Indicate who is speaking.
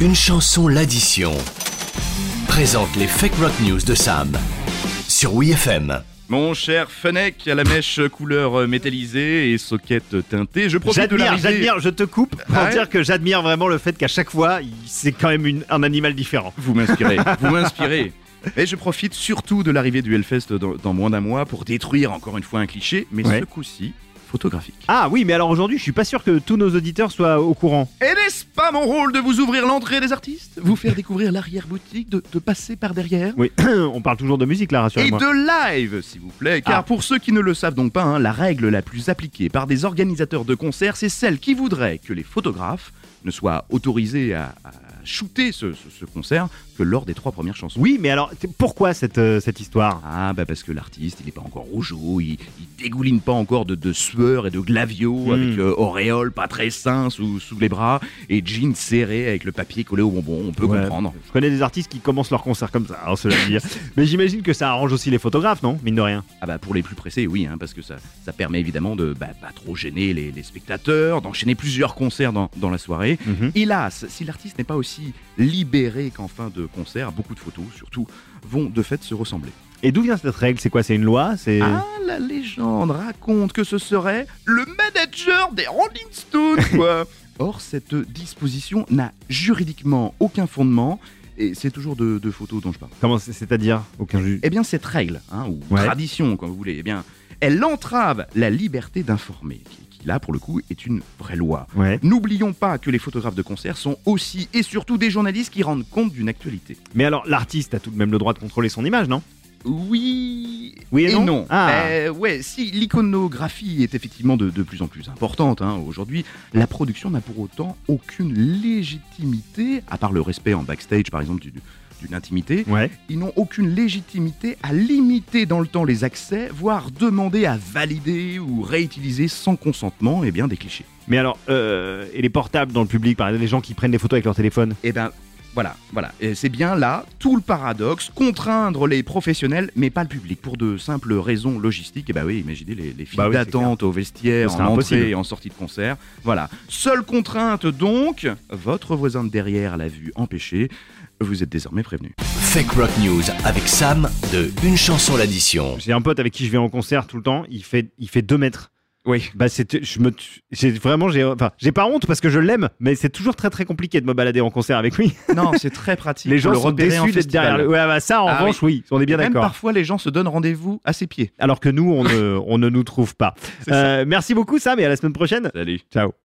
Speaker 1: Une chanson, l'addition. Présente les Fake Rock News de Sam. Sur WeFM.
Speaker 2: Mon cher Fennec, à la mèche couleur métallisée et soquette teintée, je profite de
Speaker 3: J'admire,
Speaker 2: l'arrivée...
Speaker 3: j'admire, je te coupe pour
Speaker 2: Ah ouais
Speaker 3: dire que j'admire vraiment le fait qu'à chaque fois, il- c'est quand même une- un animal différent.
Speaker 2: Vous m'inspirez, vous m'inspirez. Et je profite surtout de l'arrivée du Hellfest dans, dans moins d'un mois pour détruire encore une fois un cliché, mais
Speaker 3: Ouais.
Speaker 2: ce coup-ci photographique.
Speaker 3: Ah oui, mais alors aujourd'hui, je suis pas sûr que tous nos auditeurs soient au courant.
Speaker 2: Et n'est-ce pas mon rôle de vous ouvrir l'entrée des artistes Vous faire découvrir l'arrière-boutique, de, de passer par derrière
Speaker 3: Oui, on parle toujours de musique là,
Speaker 2: et
Speaker 3: rassurez-moi.
Speaker 2: de live, s'il vous plaît, car
Speaker 3: Ah.
Speaker 2: pour ceux qui ne le savent donc pas, hein, la règle la plus appliquée par des organisateurs de concerts, c'est celle qui voudrait que les photographes ne soient autorisés à, à shooter ce, ce- ce concert que lors des trois premières chansons.
Speaker 3: Oui, mais alors t- pourquoi cette, euh, cette histoire
Speaker 2: Ah bah parce que l'artiste il n'est pas encore rougeau, il, il dégouline pas encore de, de sueur et de glavio
Speaker 3: Mm.
Speaker 2: avec euh, auréole pas très sain sous, sous les bras et jean serré avec le papier collé au bonbon, on peut
Speaker 3: Ouais.
Speaker 2: comprendre.
Speaker 3: Je connais des artistes qui commencent leur concert comme ça, hein, cela dit. mais j'imagine que ça arrange aussi les photographes, non Mine de rien.
Speaker 2: Ah bah pour les plus pressés oui hein, parce que ça, ça permet évidemment de bah, pas trop gêner les, les spectateurs, d'enchaîner plusieurs concerts dans, dans la soirée. Hélas, si l'artiste n'est pas aussi libéré qu'en fin de concert, beaucoup de photos surtout vont de fait se ressembler.
Speaker 3: Et d'où vient cette règle C'est quoi C'est une loi C'est
Speaker 2: Ah, la légende raconte que ce serait le manager des Rolling Stones, quoi. Or, cette disposition n'a juridiquement aucun fondement. Et c'est toujours de, de photos dont je parle.
Speaker 3: comment c'est- C'est-à-dire aucun juge.
Speaker 2: Eh bien, cette règle, hein, ou
Speaker 3: Ouais.
Speaker 2: tradition, comme vous voulez, eh bien, elle entrave la liberté d'informer, qui, qui, là, pour le coup, est une vraie loi.
Speaker 3: Ouais.
Speaker 2: N'oublions pas que les photographes de concert sont aussi et surtout des journalistes qui rendent compte d'une actualité.
Speaker 3: Mais alors l'artiste a tout de même le droit de contrôler son image, non
Speaker 2: Oui
Speaker 3: Oui et non Ah.
Speaker 2: Euh, ouais, si l'iconographie est effectivement de, de plus en plus importante hein, aujourd'hui, la production n'a pour autant aucune légitimité, à part le respect en backstage par exemple du- du- d'une intimité,
Speaker 3: Ouais.
Speaker 2: ils n'ont aucune légitimité à limiter dans le temps les accès, voire demander à valider ou réutiliser sans consentement eh bien, des clichés.
Speaker 3: Mais alors, euh, et les portables dans le public, par exemple, les gens qui prennent des photos avec leur téléphone
Speaker 2: Eh ben voilà, voilà. Et c'est bien là tout le paradoxe, contraindre les professionnels mais pas le public pour de simples raisons logistiques. Et bah oui, imaginez les, les files
Speaker 3: Bah oui, c'est
Speaker 2: d'attente au
Speaker 3: Ce
Speaker 2: vestiaire,
Speaker 3: serait
Speaker 2: en
Speaker 3: impossible.
Speaker 2: entrée et en sortie de concert. Voilà. Seule contrainte donc, votre voisin de derrière l'a vu empêché. Vous êtes désormais prévenu.
Speaker 1: Fake Rock News avec Sam de Une chanson, l'addition.
Speaker 3: J'ai un pote avec qui je vais en concert tout le temps, il fait, il fait 2 mètres.
Speaker 2: Oui.
Speaker 3: Bah c'est, je me, j'ai vraiment, j'ai, enfin, j'ai pas honte parce que je l'aime, mais c'est toujours très très compliqué de me balader en concert avec lui.
Speaker 2: Non, c'est très pratique.
Speaker 3: Les
Speaker 2: pour
Speaker 3: gens
Speaker 2: le
Speaker 3: sont
Speaker 2: repérer en
Speaker 3: déçus d'être
Speaker 2: festival.
Speaker 3: derrière. le- Ouais, bah ça en
Speaker 2: Ah
Speaker 3: revanche, oui. on est bien
Speaker 2: Même
Speaker 3: d'accord.
Speaker 2: parfois, les gens se donnent rendez-vous à ses pieds.
Speaker 3: Alors que nous, on ne, on ne nous trouve pas.
Speaker 2: C'est ça.
Speaker 3: Euh, merci beaucoup Sam et à la semaine prochaine.
Speaker 2: Salut.
Speaker 3: Ciao.